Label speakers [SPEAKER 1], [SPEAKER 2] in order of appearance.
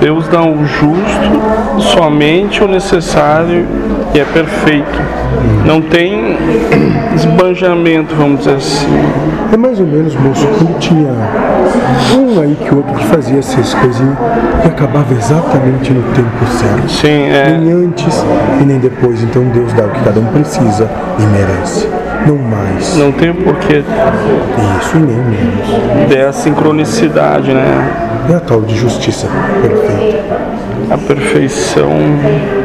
[SPEAKER 1] Deus dá o justo, somente o necessário e é perfeito. Não tem esbanjamento, vamos dizer assim.
[SPEAKER 2] É mais ou menos, moço, quando tinha um aí que outro que fazia essas coisinhas e acabava exatamente no tempo certo.
[SPEAKER 1] Sim, é.
[SPEAKER 2] Nem antes e nem depois. Então Deus dá o que cada um precisa e merece. Não mais.
[SPEAKER 1] Não tem porquê
[SPEAKER 2] Isso e nem menos.
[SPEAKER 1] der a sincronicidade, né?
[SPEAKER 2] É a tal de justiça perfeita.
[SPEAKER 1] A perfeição